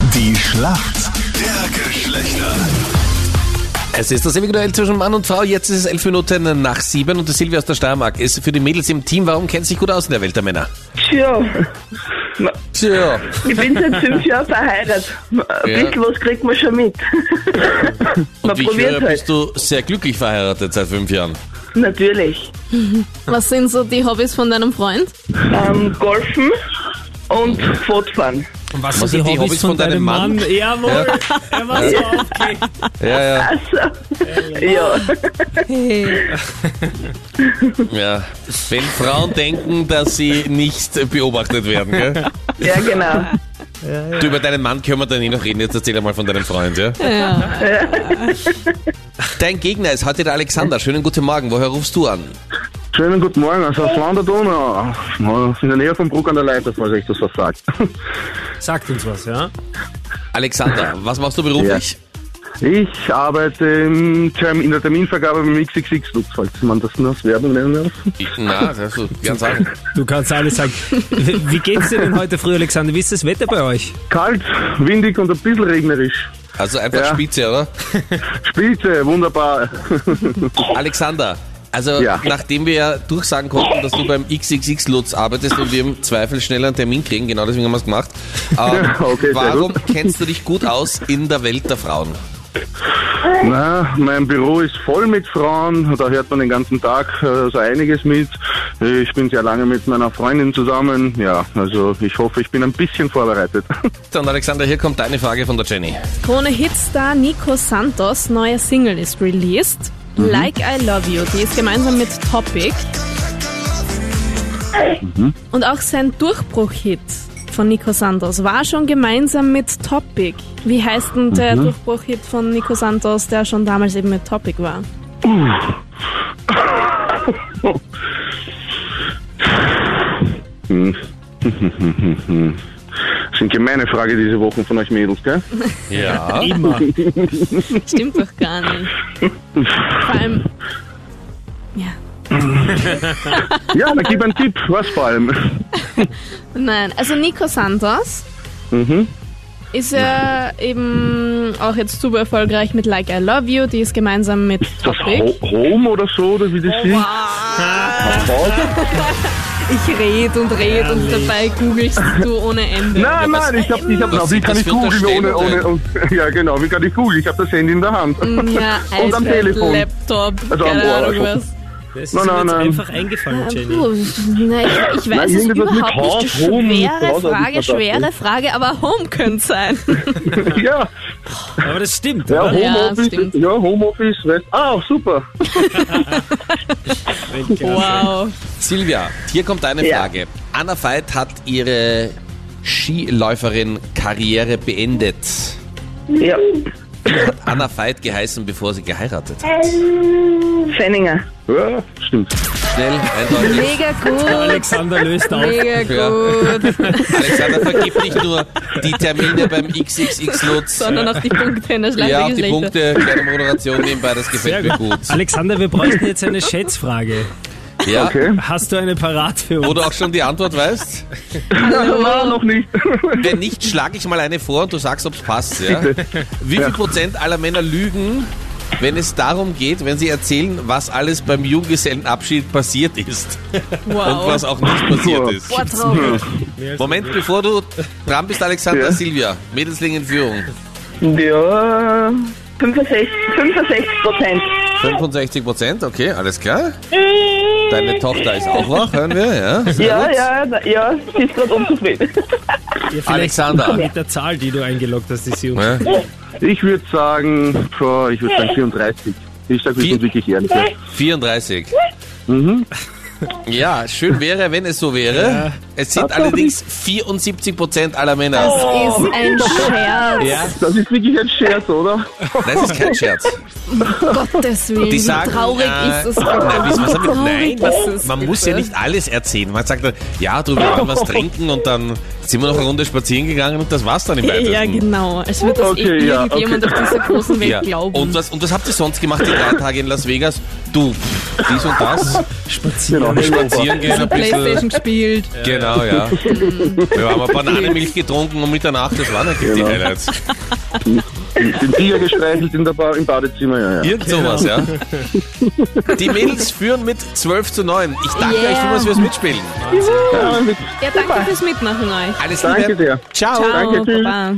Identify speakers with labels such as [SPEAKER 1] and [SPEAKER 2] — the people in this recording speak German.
[SPEAKER 1] Die Schlacht der Geschlechter.
[SPEAKER 2] Es ist das ewige Duell zwischen Mann und Frau. Jetzt ist es elf Minuten nach sieben und die Silvia aus der Steiermark ist für die Mädels im Team. Warum kennt sie sich gut aus in der Welt der Männer?
[SPEAKER 3] Tja,
[SPEAKER 2] Tja,
[SPEAKER 3] ich bin seit fünf Jahren verheiratet. Ein
[SPEAKER 2] Ja.
[SPEAKER 3] bisschen was kriegt man schon mit. man
[SPEAKER 2] und wie ich höre,
[SPEAKER 3] probiert halt.
[SPEAKER 2] bist du sehr glücklich verheiratet seit fünf Jahren.
[SPEAKER 3] Natürlich.
[SPEAKER 4] Was sind so die Hobbys von deinem Freund?
[SPEAKER 3] Ähm, Golfen und Fortfahren.
[SPEAKER 5] Und was,
[SPEAKER 2] Was
[SPEAKER 5] sind die Hobbys, von, deinem, Mann?
[SPEAKER 2] Mann?
[SPEAKER 5] Jawohl, er war so aufgeregt.
[SPEAKER 2] Ja, ja,
[SPEAKER 3] Also,
[SPEAKER 2] Äh.
[SPEAKER 3] ja.
[SPEAKER 2] ja. Wenn Frauen denken, dass sie nicht beobachtet werden, gell?
[SPEAKER 3] ja, genau.
[SPEAKER 2] Du, über deinen Mann können wir dann eh noch reden. Jetzt erzähl mal von deinem Freund, ja?
[SPEAKER 4] Ja.
[SPEAKER 2] Dein Gegner ist heute der Alexander. Schönen guten Morgen. Woher rufst du an?
[SPEAKER 6] Schönen guten Morgen, also auf Land der Donau. Na, In der Nähe vom Bruck an der Leiter, falls euch das was sagt.
[SPEAKER 5] Sagt uns was, ja?
[SPEAKER 2] Alexander, was machst du beruflich?
[SPEAKER 6] Ich arbeite im Term, in der Terminvergabe beim XXX Lux, falls man das als Werbung nennen darf.
[SPEAKER 2] Na, das ist ganz sagen.
[SPEAKER 5] Du kannst alles sagen. Wie geht's dir denn heute früh, Alexander? Wie ist das Wetter bei euch?
[SPEAKER 6] Kalt, windig und ein bisschen regnerisch.
[SPEAKER 2] Also einfach
[SPEAKER 6] Ja.
[SPEAKER 2] Spitze, oder?
[SPEAKER 6] Spitze, wunderbar.
[SPEAKER 2] Alexander, also
[SPEAKER 6] Ja.
[SPEAKER 2] nachdem wir ja durchsagen konnten, dass du beim XXX Lutz arbeitest und wir im Zweifel schneller einen Termin kriegen, genau deswegen haben wir es gemacht. Ähm,
[SPEAKER 6] Ja, okay, sehr
[SPEAKER 2] warum
[SPEAKER 6] gut.
[SPEAKER 2] kennst du dich gut aus in der Welt der Frauen?
[SPEAKER 6] Na, mein Büro ist voll mit Frauen, da hört man den ganzen Tag äh, so einiges mit. Ich bin sehr lange mit meiner Freundin zusammen. Ja, also ich hoffe, ich bin ein bisschen vorbereitet.
[SPEAKER 2] Dann Alexander, hier kommt deine Frage von der Jenny.
[SPEAKER 4] Krone-Hitstar Nico Santos, neue Single ist released. Like I Love You, die ist gemeinsam mit Topic. Und auch sein Durchbruch-Hit von Nico Santos war schon gemeinsam mit Topic. Wie heißt denn der Durchbruch-Hit von Nico Santos, der schon damals eben mit Topic war?
[SPEAKER 6] Das sind gemeine Frage diese Wochen von euch Mädels, gell?
[SPEAKER 2] Ja.
[SPEAKER 5] Immer.
[SPEAKER 4] Stimmt doch gar nicht. Vor allem. Ja.
[SPEAKER 6] Ja, dann gib einen Tipp, was vor allem.
[SPEAKER 4] Nein, also Nico Santos
[SPEAKER 6] Mhm.
[SPEAKER 4] ist ja eben auch jetzt super erfolgreich mit Like I Love You, die ist gemeinsam mit
[SPEAKER 6] Das
[SPEAKER 4] Topic.
[SPEAKER 6] Ho Home oder so, oder wie das
[SPEAKER 4] Oh,
[SPEAKER 6] hieß? Haus?
[SPEAKER 4] Ich rede und rede und dabei googelst du ohne Ende.
[SPEAKER 6] Nein,
[SPEAKER 2] was-
[SPEAKER 6] nein, ich hab, ich hab,
[SPEAKER 2] Was-
[SPEAKER 6] na, wie kann
[SPEAKER 2] was
[SPEAKER 6] ich
[SPEAKER 2] wird da
[SPEAKER 6] googeln
[SPEAKER 2] stehen
[SPEAKER 6] ohne, ohne,
[SPEAKER 2] denn?
[SPEAKER 6] und, ja genau, wie kann ich googeln? Ich hab das Handy in der Hand.
[SPEAKER 4] Ja,
[SPEAKER 6] Und am
[SPEAKER 4] iPad,
[SPEAKER 6] Telefon.
[SPEAKER 4] Laptop,
[SPEAKER 6] Also am
[SPEAKER 4] keine
[SPEAKER 6] Ohr,
[SPEAKER 4] Ahnung
[SPEAKER 6] also.
[SPEAKER 4] was.
[SPEAKER 5] Das ist
[SPEAKER 6] Nein,
[SPEAKER 5] mir
[SPEAKER 6] nein,
[SPEAKER 5] jetzt
[SPEAKER 6] nein.
[SPEAKER 5] einfach eingefallen, Jenny.
[SPEAKER 4] Puh, nein, ich, ich
[SPEAKER 6] Nein,
[SPEAKER 4] weiß es
[SPEAKER 6] irgendwas mit
[SPEAKER 4] überhaupt
[SPEAKER 6] Haus,
[SPEAKER 4] nicht.
[SPEAKER 6] Home,
[SPEAKER 4] Schwere
[SPEAKER 6] Haus hab also ich
[SPEAKER 4] Frage,
[SPEAKER 6] gedacht,
[SPEAKER 4] schwere
[SPEAKER 6] ja.
[SPEAKER 4] Frage, aber Home könnte sein.
[SPEAKER 6] ja,
[SPEAKER 5] Aber das stimmt,
[SPEAKER 6] ja,
[SPEAKER 5] oder?
[SPEAKER 4] Ja,
[SPEAKER 6] Homeoffice,
[SPEAKER 4] stimmt.
[SPEAKER 6] ja, Homeoffice, weißt Ah, super.
[SPEAKER 5] genau
[SPEAKER 4] Wow.
[SPEAKER 2] Silvia, hier kommt deine
[SPEAKER 3] Ja.
[SPEAKER 2] Frage. Anna Veit hat ihre Skiläuferin-Karriere beendet.
[SPEAKER 3] Ja.
[SPEAKER 2] Anna Veit geheißen, bevor sie geheiratet hat.
[SPEAKER 3] Fenninger.
[SPEAKER 6] Ja, stimmt.
[SPEAKER 2] Schnell, eindeutig.
[SPEAKER 4] Mega gut,
[SPEAKER 5] Alexander löst auf.
[SPEAKER 4] mega
[SPEAKER 2] Ja.
[SPEAKER 4] gut.
[SPEAKER 2] Alexander, vergib nicht nur die Termine beim XXX Lutz.
[SPEAKER 4] sondern auf die Punkte in der Schlacht
[SPEAKER 2] Ja,
[SPEAKER 4] der
[SPEAKER 2] auf die
[SPEAKER 4] Geschlechter.
[SPEAKER 2] Punkte, kleine Moderation nebenbei, das gefällt mir gut.
[SPEAKER 5] Alexander, wir bräuchten jetzt eine Schätzfrage.
[SPEAKER 2] Ja.
[SPEAKER 6] Okay.
[SPEAKER 5] Hast du eine parat für uns?
[SPEAKER 2] Wo du auch schon die Antwort weißt.
[SPEAKER 6] Ah, noch nicht.
[SPEAKER 2] Wenn nicht, schlage ich mal eine vor und du sagst, ob es passt. Ja? Wie viel Prozent aller Männer lügen, wenn es darum geht, wenn sie erzählen, was alles beim Junggesellenabschied passiert ist
[SPEAKER 3] Ah,
[SPEAKER 2] und was
[SPEAKER 3] oh.
[SPEAKER 2] Hm. auch
[SPEAKER 4] Wow.
[SPEAKER 2] nicht passiert ist?
[SPEAKER 4] Boah, traurig.
[SPEAKER 2] Moment, bevor du dran bist, Alexander,
[SPEAKER 6] Ja.
[SPEAKER 2] Silvia, Mädelsling in Führung.
[SPEAKER 3] Ja. 65, 65 Prozent.
[SPEAKER 2] 65 Prozent, okay, alles klar. Deine Tochter ist auch wach, hören wir, ja? Sehr
[SPEAKER 3] Ja,
[SPEAKER 2] gut.
[SPEAKER 3] ja, na- ja, sie ist gerade unzufrieden.
[SPEAKER 5] Ja, vielleicht
[SPEAKER 2] Alexander.
[SPEAKER 5] Mit der Zahl, die du eingeloggt hast, ist sie uns.
[SPEAKER 2] Ja.
[SPEAKER 6] Ich würde sagen, boah, ich würde sagen 34. Ich sag, wir
[SPEAKER 2] Vier-
[SPEAKER 6] sind wirklich ehrlich. ja.
[SPEAKER 2] 34.
[SPEAKER 4] Mhm.
[SPEAKER 2] Ja, schön wäre, wenn es so wäre. Es sind
[SPEAKER 6] Hat's auch
[SPEAKER 2] allerdings 74 Prozent aller Männer.
[SPEAKER 4] Das ist ein Scherz.
[SPEAKER 2] Ja,
[SPEAKER 6] Das ist wirklich ein Scherz, oder?
[SPEAKER 2] das ist kein Scherz.
[SPEAKER 4] Gottes Willen,
[SPEAKER 2] Die sagen,
[SPEAKER 4] wie traurig
[SPEAKER 2] äh,
[SPEAKER 4] ist es.
[SPEAKER 2] Nein, wisst ihr, was hab ich-
[SPEAKER 4] Traurig
[SPEAKER 2] nein
[SPEAKER 4] ist es,
[SPEAKER 2] man muss
[SPEAKER 4] bitte.
[SPEAKER 2] ja nicht alles erzählen. Man sagt dann, ja, du, wir waren was trinken und dann sind wir noch eine Runde spazieren gegangen und das war's dann im weitesten.
[SPEAKER 4] Ja, genau. Als würde das
[SPEAKER 6] Okay,
[SPEAKER 4] eh
[SPEAKER 6] ja,
[SPEAKER 4] irgendjemand auf dieser großen Welt
[SPEAKER 2] Ja.
[SPEAKER 4] glauben.
[SPEAKER 2] Und was, und was habt ihr sonst gemacht die drei Tage in Las Vegas? du, pff, dies und das,
[SPEAKER 6] Genau.
[SPEAKER 5] Spazieren.
[SPEAKER 2] spazieren gehen ein bisschen.
[SPEAKER 7] Playstation gespielt.
[SPEAKER 2] Genau, ja. Wir haben eine Bananenmilch getrunken um Mitternacht, das waren eigentlich die
[SPEAKER 6] Genau.
[SPEAKER 2] Highlights.
[SPEAKER 6] Den Tiger gestreichelt in der ba im Badezimmer, ja, ja.
[SPEAKER 2] Irgend sowas, ja. Die Mädels führen mit 12 zu 9. Ich danke
[SPEAKER 7] Yeah.
[SPEAKER 2] euch vielmals fürs Mitspielen.
[SPEAKER 6] ja
[SPEAKER 4] Ja, danke fürs Mitmachen euch.
[SPEAKER 2] Alles
[SPEAKER 6] danke
[SPEAKER 2] Liebe.
[SPEAKER 6] sehr.
[SPEAKER 2] Ciao.
[SPEAKER 4] Ciao,
[SPEAKER 6] danke, tschüss.
[SPEAKER 4] Baba.